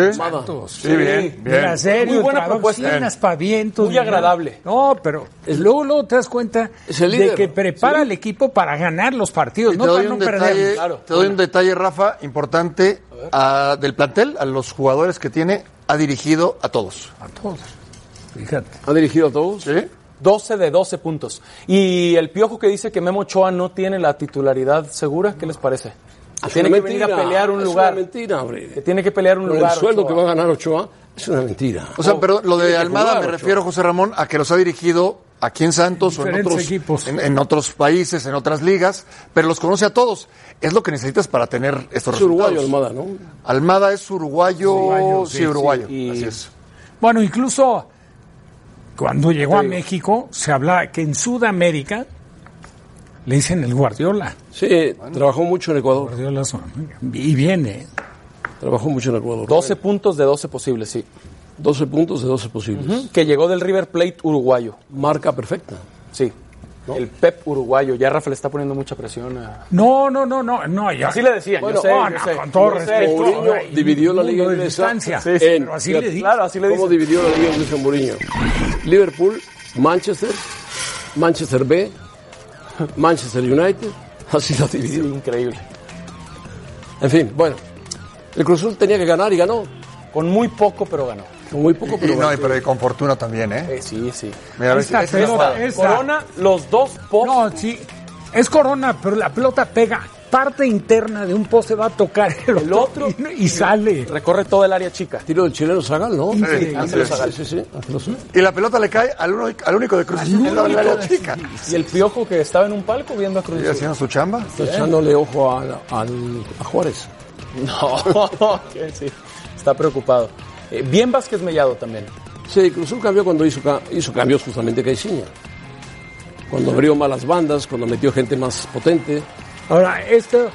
Sí, bien, Mira, serio,
Muy buena
traducción,
propuesta. Bien.
aspavientos,
Muy
mira.
agradable.
No, pero luego, luego te das cuenta
Es el
de
líder.
que prepara al equipo para ganar los partipartidos,
Y
no
te doy
para no
un
perder.
detalle,
Claro.
te doy un detalle, Rafa, importante a- del plantel, a los jugadores que tiene, ha dirigido a todos.
A todos. Fíjate.
¿Ha dirigido a todos?
12 de 12 puntos. Y el piojo que dice que Memo Ochoa no tiene la titularidad segura, ¿qué les parece? Que
Es
Ah, tiene
una
que venir a
mentira,
pelear un
es
lugar.
una mentira, hombre.
Que tiene que pelear un
Pero
lugar.
el sueldo
Ochoa.
que va a ganar Ochoa es una mentira.
O sea,
No,
perdón, lo
Oh, tiene
de
que
Almada
jugar,
me
Ochoa.
refiero, José Ramón, a que los ha dirigido aquí en Santos o en
Diferentes
otros,
equipos.
en, en otros países, en otras ligas, pero los conoce a todos. Es lo que necesitas para tener estos
Es
resultados.
uruguayo Almada, ¿no?
Almada es uruguayo, sí, uruguayo.
y-
Así es.
Bueno, incluso cuando llegó a México, se hablaba que en Sudamérica le dicen el Guardiola.
Sí, trabajó mucho en Ecuador.
Guardiola Sudamérica. Y viene.
Trabajó mucho en Ecuador.
12 puntos de 12 posibles, sí.
12 puntos de 12 posibles.
Que llegó del River Plate uruguayo.
Marca perfecta.
Sí. El Pep uruguayo. Ya Rafa le está poniendo mucha presión a.
No, no, no, no, no. Ya.
Así le decían, yo
Bueno,
sé,
oh,
yo
no,
sé,
con todo
yo sé.
respeto.
Mourinho
Ay,
dividió la liga
mundo de
inglesa.
distancia.
Sí, sí,
en-
pero así le
fíjate,
dicen.
Claro, así le
¿Cómo
dicen.
dividió la liga inglesa Mourinho? Liverpool, Manchester, Manchester B, Manchester United. Así la
Sí,
dividió.
increíble.
En fin, bueno. El Cruz Azul tenía que ganar y ganó.
Con muy poco, pero ganó.
Con muy poco,
Y
pero
no, y
ganó.
pero y con fortuna también, ¿eh?
Eh, sí, sí.
Mira, a ver si-
Esta pelota, esta.
Corona, los dos pocos.
No, sí. Es corona, pero la pelota pega. parte interna de un poste va a tocar el otro, y, no- y sale.
Recorre todo el área chica.
Tiro del chileno Zagal, ¿no?
Sí,
Sí,
Ángelo
sí,
Zagal.
sí, sí, Ángelo Zagal.
Y la pelota le cae al, uno- al único de Cruz Azul que estaba en el área chica.
Y el piojo que estaba en un palco viendo a Cruz
¿Y
Azul.
haciendo su chamba?
Está echándole ojo al- al- a Juárez.
No, que sí. Está preocupado. Eh, bien Vázquez Mellado también.
Sí, Cruz Azul cambió cuando hizo, ca- hizo cambios justamente Caixinha. Cuando abrió malas bandas, cuando metió gente más potente.
Ahora, esto,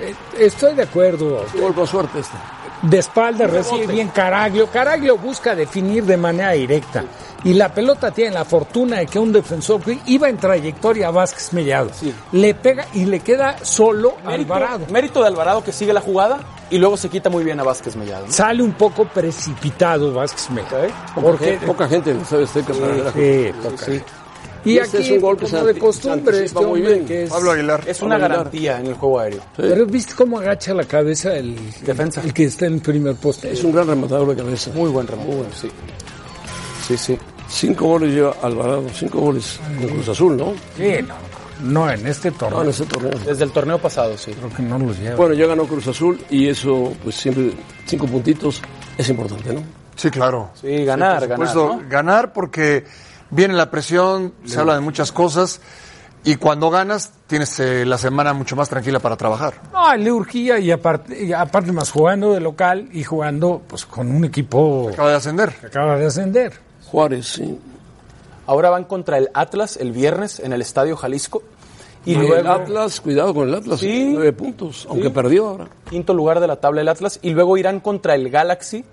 eh, estoy de acuerdo.
Qué Gol con suerte este.
De espalda recibe bien Caraglio. Caraglio busca definir de manera directa. Y la pelota tiene la fortuna de que un defensor que iba en trayectoria a Vázquez Mellado. Le pega y le queda solo Alvarado.
mérito de Alvarado que sigue la jugada y luego se quita muy bien a Vázquez Mellado. ¿no?
Sale un poco precipitado Vázquez ¿eh? Mellado.
Ok.
Porque,
Poca- Poca gente lo sabe este casar.
Sí, poca. Y
Y este
aquí,
es un gol que
como
se
de
anti-
costumbre,
se
este
anticipa muy
hombre
bien.
que es-
Pablo Aguilar.
Es una
Aguilar.
garantía en el juego aéreo.
Pero viste cómo agacha la cabeza el,
Defensa.
el que está en el primer poste.
Es un gran rematador de cabeza.
Muy buen remate. sí. Sí, sí.
Cinco goles lleva Alvarado, cinco goles con Cruz Azul, ¿no?
Sí, no, no, en este torneo
No, en ese torneo.
Desde el torneo pasado, sí.
creo que no los lleva.
Bueno, ya ganó Cruz Azul y eso, pues siempre, cinco puntitos es importante, ¿no?
Sí, claro.
Sí, ganar,
por
ganar.
supuesto, ganar porque viene la presión, se habla de muchas cosas y cuando ganas tienes eh, la semana mucho más tranquila para trabajar.
No, le urgía y aparte, y aparte más jugando de local y jugando pues con un equipo
Acaba de ascender.
que acaba de ascender.
Juárez, sí.
¿no? Ahora van contra el Atlas el viernes en el Estadio Jalisco. Y
Y el
luego,
Atlas, cuidado con el Atlas,
Sí.
nueve puntos, aunque perdió ahora.
quinto lugar de la tabla del Atlas. Y luego irán contra el Galaxy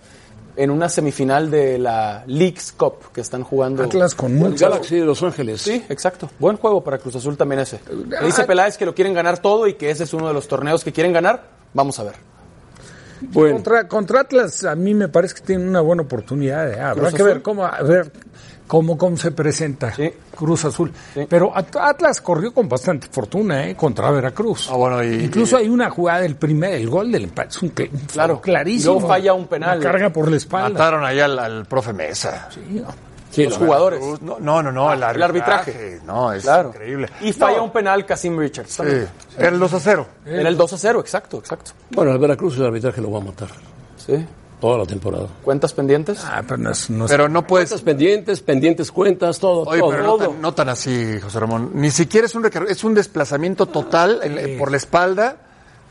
en una semifinal de la Leagues Cup que están jugando.
Atlas con
El
mucho.
Galaxy de Los Ángeles.
Sí, exacto. Buen juego para Cruz Azul también ese.
Ah,
Le dice Peláez que lo quieren ganar todo y que ese es uno de los torneos que quieren ganar. Vamos a ver.
Bueno,
Contra, contra Atlas a mí me parece que tiene una buena oportunidad. ¿eh? Habrá
Cruz
que ver
Azul.
cómo, a ver cómo, cómo se presenta
Sí.
Cruz Azul.
Sí.
Pero At- Atlas corrió con bastante fortuna ¿eh? contra Veracruz.
Ah, bueno, y-
Incluso hay una jugada del primer, el gol del empate. Es un cl- un
Claro.
clarísimo.
Luego falla un penal.
Una carga por la espalda.
Mataron ahí al, al profe Mesa. Uh,
Sí,
sí,
no.
Los
la-
jugadores.
No, no, no, no, el,
Ah, el
arbitraje.
arbitraje.
No, es
Claro.
increíble.
Y falla un penal Casim Richards.
Sí,
también. Eh,
el 2 a 0.
Era el 2 a 0, exacto, exacto.
Bueno, el Veracruz el arbitraje lo va a matar
Sí.
toda la temporada.
Cuentas pendientes.
Ah, pero no es- no es-
Pero no puedes.
Cuentas pendientes, pendientes cuentas, todo,
Oye,
todo.
pero no tan, no tan así, José Ramón. Ni siquiera es un recargo, es un desplazamiento total en- por la espalda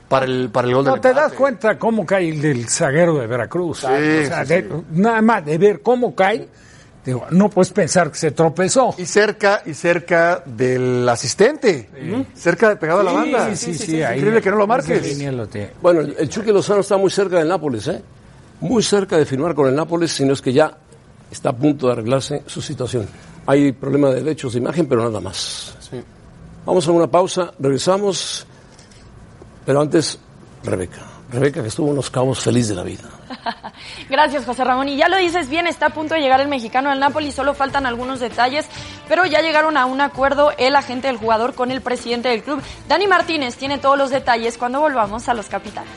para el, para el gol
No
del
te
empate.
das cuenta cómo cae el del zaguero de Veracruz. O sea,
sí,
de- Nada más de ver cómo cae, digo, no puedes pensar que se tropezó.
Y cerca, y cerca del asistente. Cerca de pegado a la banda.
ahí-
Increíble que no lo
esa
marques.
línea lo tiene.
Bueno, el el Chucky Lozano está muy cerca del Nápoles, ¿eh? Muy cerca de firmar con el Nápoles, sino es que ya está a punto de arreglarse su situación. Hay problema de derechos de imagen, pero nada más. Vamos a una pausa, regresamos, pero antes, Rebeca. Rebeca que estuvo en los cabos feliz de la vida.
Gracias, José Ramón. Y ya lo dices bien, está a punto de llegar el mexicano al Napoli, solo faltan algunos detalles, pero ya llegaron a un acuerdo el agente del jugador con el presidente del club. Dani Martínez tiene todos los detalles cuando volvamos a los capitanes.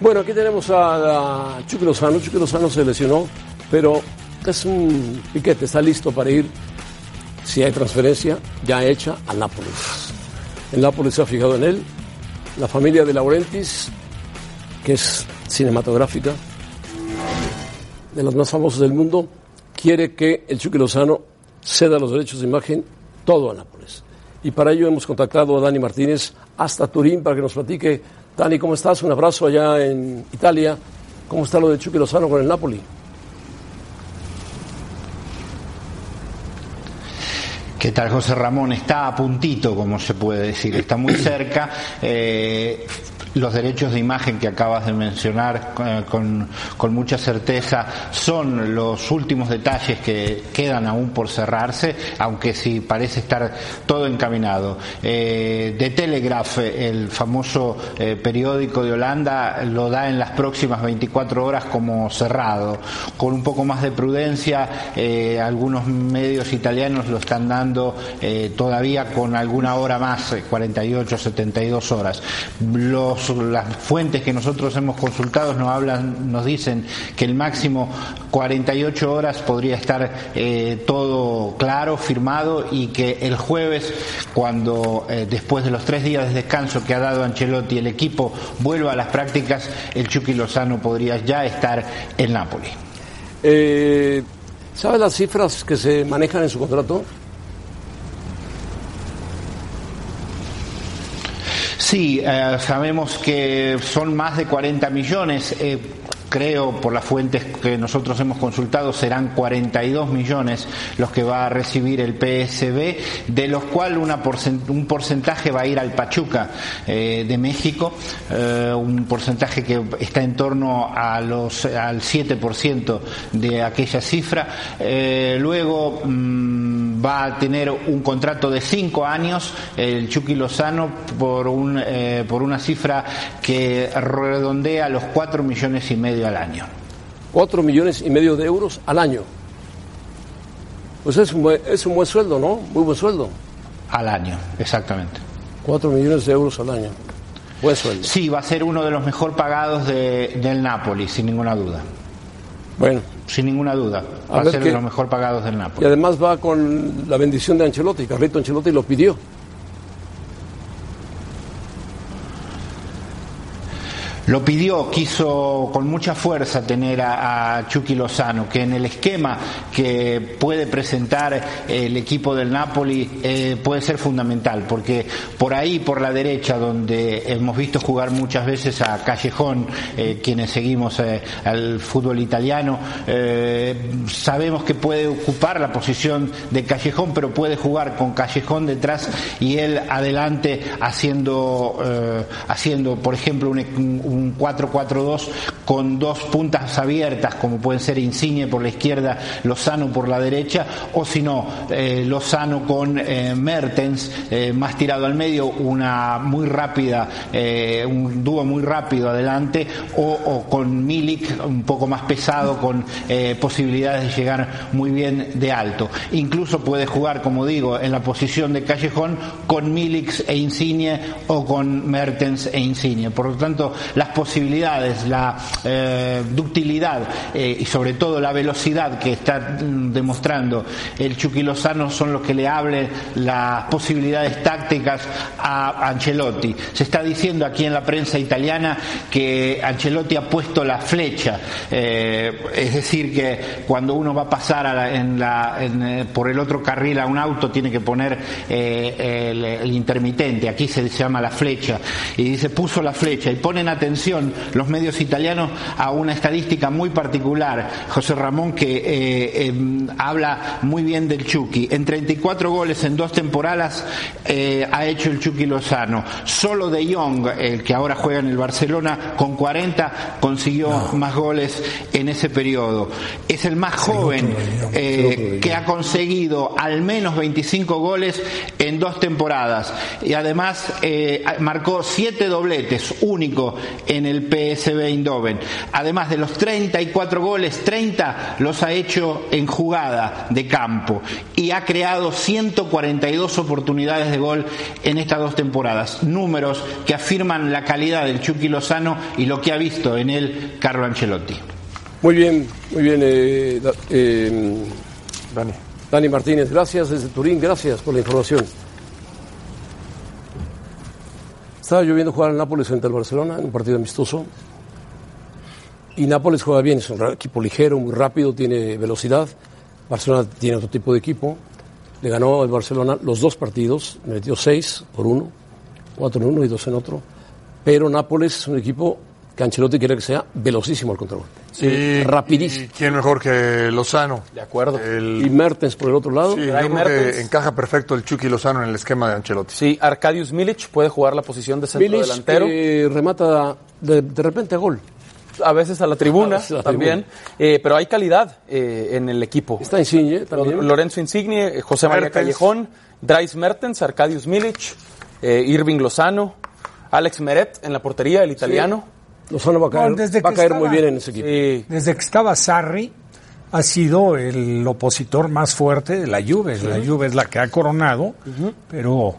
Bueno, aquí tenemos a, a Chucky Lozano. Chucky Lozano se lesionó, pero es un piquete, está listo para ir, si hay transferencia, ya hecha al Nápoles. El Nápoles se ha fijado en él. La familia de Laurentis, que es cinematográfica, de las más famosas del mundo, quiere que el Chucky Lozano ceda los derechos de imagen todo a Nápoles. Y para ello hemos contactado a Dani Martínez hasta Turín para que nos platique. Dani, ¿cómo estás? Un abrazo allá en Italia. ¿Cómo está lo de Chucky Lozano con el Napoli?
¿Qué tal, José Ramón? Está a puntito, como se puede decir, está muy cerca. Eh, los derechos de imagen que acabas de mencionar eh, con, con mucha certeza son los últimos detalles que quedan aún por cerrarse, aunque sí parece estar todo encaminado. Eh, The Telegraph, eh, el famoso eh, periódico de Holanda, lo da en las próximas 24 horas como cerrado. Con un poco más de prudencia, eh, algunos medios italianos lo están dando eh, todavía con alguna hora más, eh, 48, 72 horas. Los los- las fuentes que nosotros hemos consultado nos hablan, nos dicen que el máximo 48 horas podría estar eh, todo claro, firmado y que el jueves, cuando eh, después de los tres días de descanso que ha dado Ancelotti el equipo vuelva a las prácticas, el Chucky Lozano podría ya estar en Nápoles.
Eh, ¿Sabe las cifras que se manejan en su contrato?
Sí, eh, sabemos que son más de 40 millones. eh, Creo, por las fuentes que nosotros hemos consultado, serán 42 millones los que va a recibir el PSB, de los cuales un porcentaje va a ir al Pachuca eh, de México, eh, un porcentaje que está en torno a los, al 7% de aquella cifra. Eh, luego mm, va a tener un contrato de 5 años el Chucky Lozano por, un, eh, por una cifra que redondea los 4 millones y medio al año.
4 millones y medio de euros al año. Pues es un buen, es un buen sueldo, ¿no? Muy buen sueldo.
Al año, exactamente.
4 millones de euros al año. Buen sueldo.
Sí, va a ser uno de los mejor pagados de- del Napoli, sin ninguna duda.
Bueno.
Sin ninguna duda.
A
Va a,
ver
ser
qué-
de los mejor pagados del Napoli.
Y además va con la bendición de Ancelotti. Carlito Ancelotti lo pidió.
Lo pidió, quiso con mucha fuerza tener a, a Chucky Lozano, que en el esquema que puede presentar eh, el equipo del Napoli eh, puede ser fundamental, porque por ahí, por la derecha, donde hemos visto jugar muchas veces a Callejón, eh, quienes seguimos eh, al fútbol italiano, eh, sabemos que puede ocupar la posición de Callejón, pero puede jugar con Callejón detrás y él adelante haciendo, eh, haciendo por ejemplo, un, un 4-4-2 con dos puntas abiertas, como pueden ser Insigne por la izquierda, Lozano por la derecha, o si no, eh, Lozano con eh, Mertens eh, más tirado al medio, una muy rápida, eh, un dúo muy rápido adelante, o, o con Milik un poco más pesado, con eh, posibilidades de llegar muy bien de alto. Incluso puede jugar, como digo, en la posición de callejón con Milik e Insigne o con Mertens e Insigne. Por lo tanto, las posibilidades, la eh, ductilidad eh, y sobre todo la velocidad que está mm, demostrando el Chucky Lozano son los que le abren las posibilidades tácticas a Ancelotti. Se está diciendo aquí en la prensa italiana que Ancelotti ha puesto la flecha, eh, es decir, que cuando uno va a pasar a la- en la- en, eh, por el otro carril a un auto tiene que poner eh, el, el intermitente, aquí se llama la flecha, y dice puso la flecha, y ponen atención los medios italianos a una estadística muy particular, José Ramón, que eh, em, habla muy bien del Chucky, en 34 goles en dos temporadas eh, ha hecho el Chucky Lozano, solo De Jong, el que ahora juega en el Barcelona, con 40 consiguió más goles en ese periodo, es el más joven eh, que ha conseguido al menos 25 goles en dos temporadas y además eh, marcó siete dobletes, único en el PSV Eindhoven. Además de los 34 goles, 30 los ha hecho en jugada de campo y ha creado 142 oportunidades de gol en estas dos temporadas. Números que afirman la calidad del Chucky Lozano y lo que ha visto en él Carlo Ancelotti.
Muy bien, muy bien. eh, da- eh, Dani. Martínez, gracias desde Turín, gracias por la información. Estaba yo viendo jugar al Nápoles frente al Barcelona en un partido amistoso. Y Nápoles juega bien, es un ra- equipo ligero, muy rápido, tiene velocidad. Barcelona tiene otro tipo de equipo. Le ganó al Barcelona los dos partidos, le metió seis por uno, cuatro en uno y dos en otro. Pero Nápoles es un equipo que Ancelotti quiere que sea velocísimo al contragolpe.
Y-
rapidísimo.
¿Y quién mejor que Lozano? De acuerdo.
Y Mertens por el otro lado.
Sí, yo creo que encaja perfecto el Chucky Lozano en el esquema de Ancelotti.
Sí, Arcadius Milic puede jugar la posición de centro
Milic,
delantero.
eh, remata de, de repente a gol.
A veces a la tribuna
A veces a la
también, eh, pero hay calidad eh, en el equipo. Está
Insigne también.
Lorenzo Insigne, eh, José María
Mertens.
Callejón, Drais Mertens, Arcadius Milic, eh, Irving Lozano, Alex Meret en la portería, el italiano. eh,
Lozano va a
No, desde que estaba-
Sí.
Desde que estaba Sarri, ha sido el opositor más fuerte de la Juve. La Juve es la que ha coronado, pero...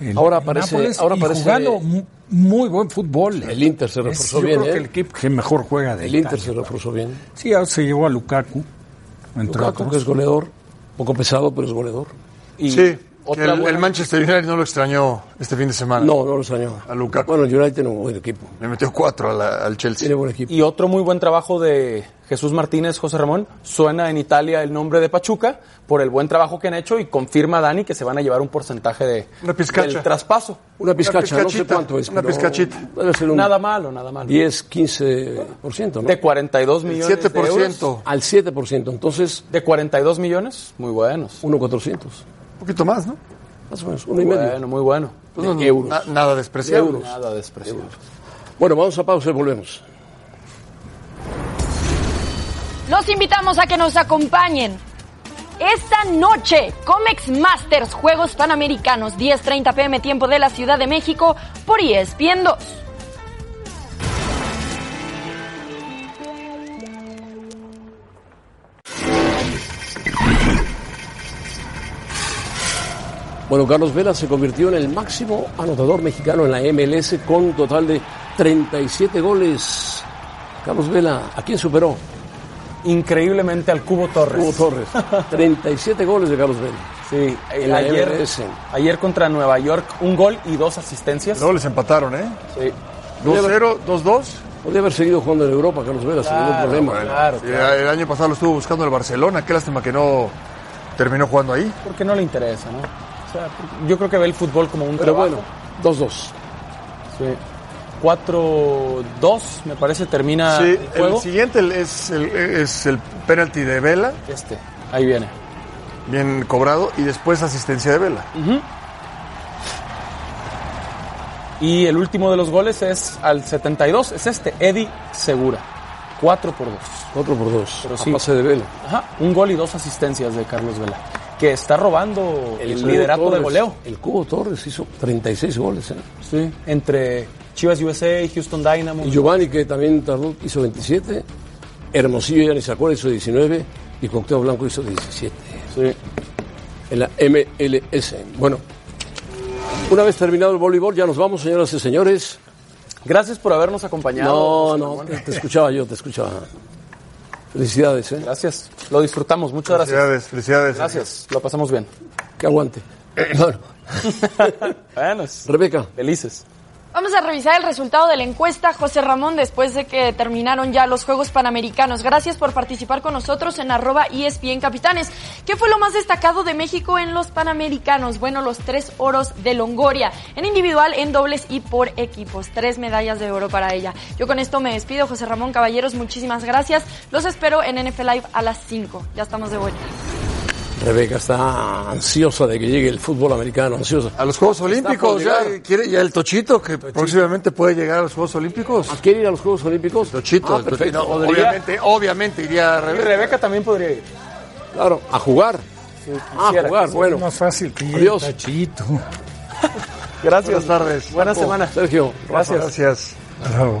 el-
Ahora
el
aparece-
Nápoles,
ahora
y
aparece-
jugando mu- muy buen fútbol.
El Inter se reforzó
yo
bien,
creo
¿eh?
que el equipo que mejor juega de
El Inter
Italia.
se reforzó bien.
Sí, ahora se llevó a Lukaku. entre
Lukaku,
otros.
que es goleador. Poco pesado, pero es goleador.
sí, el, el Manchester United no lo extrañó este fin de semana.
No, no lo extrañó. A Lukaku. Bueno, el United tiene un buen equipo.
Le metió cuatro a la- al Chelsea.
Y otro muy buen trabajo de Jesús Martínez, José Ramón. Suena en Italia el nombre de Pachuca por el buen trabajo que han hecho y confirma Dani que se van a llevar un porcentaje de,
Una pizcacha.
del traspaso.
Una pizcacha, no sé cuánto es. pero Debe ser un
Nada malo, nada malo.
10, 15%, ¿no?
De 42 millones de
7%.
euros.
Al 7%, entonces...
De 42 millones, muy buenos.
1.400.
Un poquito más, ¿no?
Más o menos, uno y medio. Pues
Bueno, muy bueno.
De euros.
nada despreciable.
De euros.
Nada despreciable.
Bueno, vamos a pausa y volvemos.
Los invitamos a que nos acompañen. Esta noche, Comex Masters, Juegos Panamericanos, 10.30 pm, tiempo de la Ciudad de México, por E ESPN 2.
Bueno, Carlos Vela se convirtió en el máximo anotador mexicano en la MLS con un total de 37 goles. Carlos Vela, ¿a quién superó?
Increíblemente al Cubo Torres.
Hugo Torres. 37 goles de Carlos Vela.
Sí,
En la
ayer,
MLS.
ayer contra Nueva York, un gol y dos asistencias.
Luego les empataron, ¿eh?
Sí.
2-0, 2-2.
Podría haber seguido jugando en Europa, Carlos Vela, sin ningún problema.
Sí, Eh, El año pasado lo estuvo buscando el Barcelona. Qué lástima que no terminó jugando ahí.
Porque no le interesa, ¿no? O sea, yo creo que ve el fútbol como un
Pero
trabajo.
bueno, 2-2.
Sí. 4-2, me parece, termina
Sí,
el
Ah, el
juego.
siguiente es el, es el penalti de Vela.
Este, ahí viene.
Bien cobrado. Y después asistencia de Vela.
Y el último de los goles es al 72, es este, Eddie Segura. 4 por 2.
4 por 2.
Pero
A
sí.
pase de Vela.
Ajá, un gol y dos asistencias de Carlos Vela, que está robando el,
Cubo
liderato de
Torres-
goleo.
El Cubo Torres hizo 36 goles. ¿eh?
Sí, entre Chivas USA, Houston Dynamo.
Y Giovanni, que también tardó, hizo 27. Hermosillo ya ni se acuerda, hizo 19. Y Cocteo Blanco hizo 17.
Sí.
En la MLS. Bueno, una vez terminado el voleibol, ya nos vamos, señoras y señores.
Gracias por habernos acompañado.
No,
José
no,
Ramón.
te, te escuchaba yo, te escuchaba. Felicidades, ¿eh?
Gracias, lo disfrutamos, muchas gracias.
Felicidades, felicidades.
Gracias, lo pasamos bien.
Que aguante. Bueno,
Bueno,
Rebeca.
Felices.
Vamos a revisar el resultado de la encuesta, José Ramón, después de que terminaron ya los Juegos Panamericanos. Gracias por participar con nosotros en arroba E ESPN Capitanes. ¿Qué fue lo más destacado de México en los Panamericanos? Bueno, los tres oros de Longoria, en individual, en dobles y por equipos. Tres medallas de oro para ella. Yo con esto me despido, José Ramón Caballeros, muchísimas gracias. Los espero en NF Live a las 5. Ya estamos de vuelta.
Rebeca está ansiosa de que llegue el fútbol americano, ansiosa.
A los Juegos Olímpicos, ya, quiere, ya el Tochito, que próximamente puede llegar a los Juegos Olímpicos.
¿Quiere ir a los Juegos Olímpicos?
Tochito,
Ah,
el Tochito.
perfecto.
No, obviamente, obviamente iría a
Y
Rebeca.
Rebeca también podría ir.
Claro, a jugar. Ah, a jugar, bueno.
Más fácil que
Adiós.
Tachito.
Gracias.
Buenas tardes.
Buena
Paco.
semana.
Sergio,
Gracias.
Gracias.
Bravo.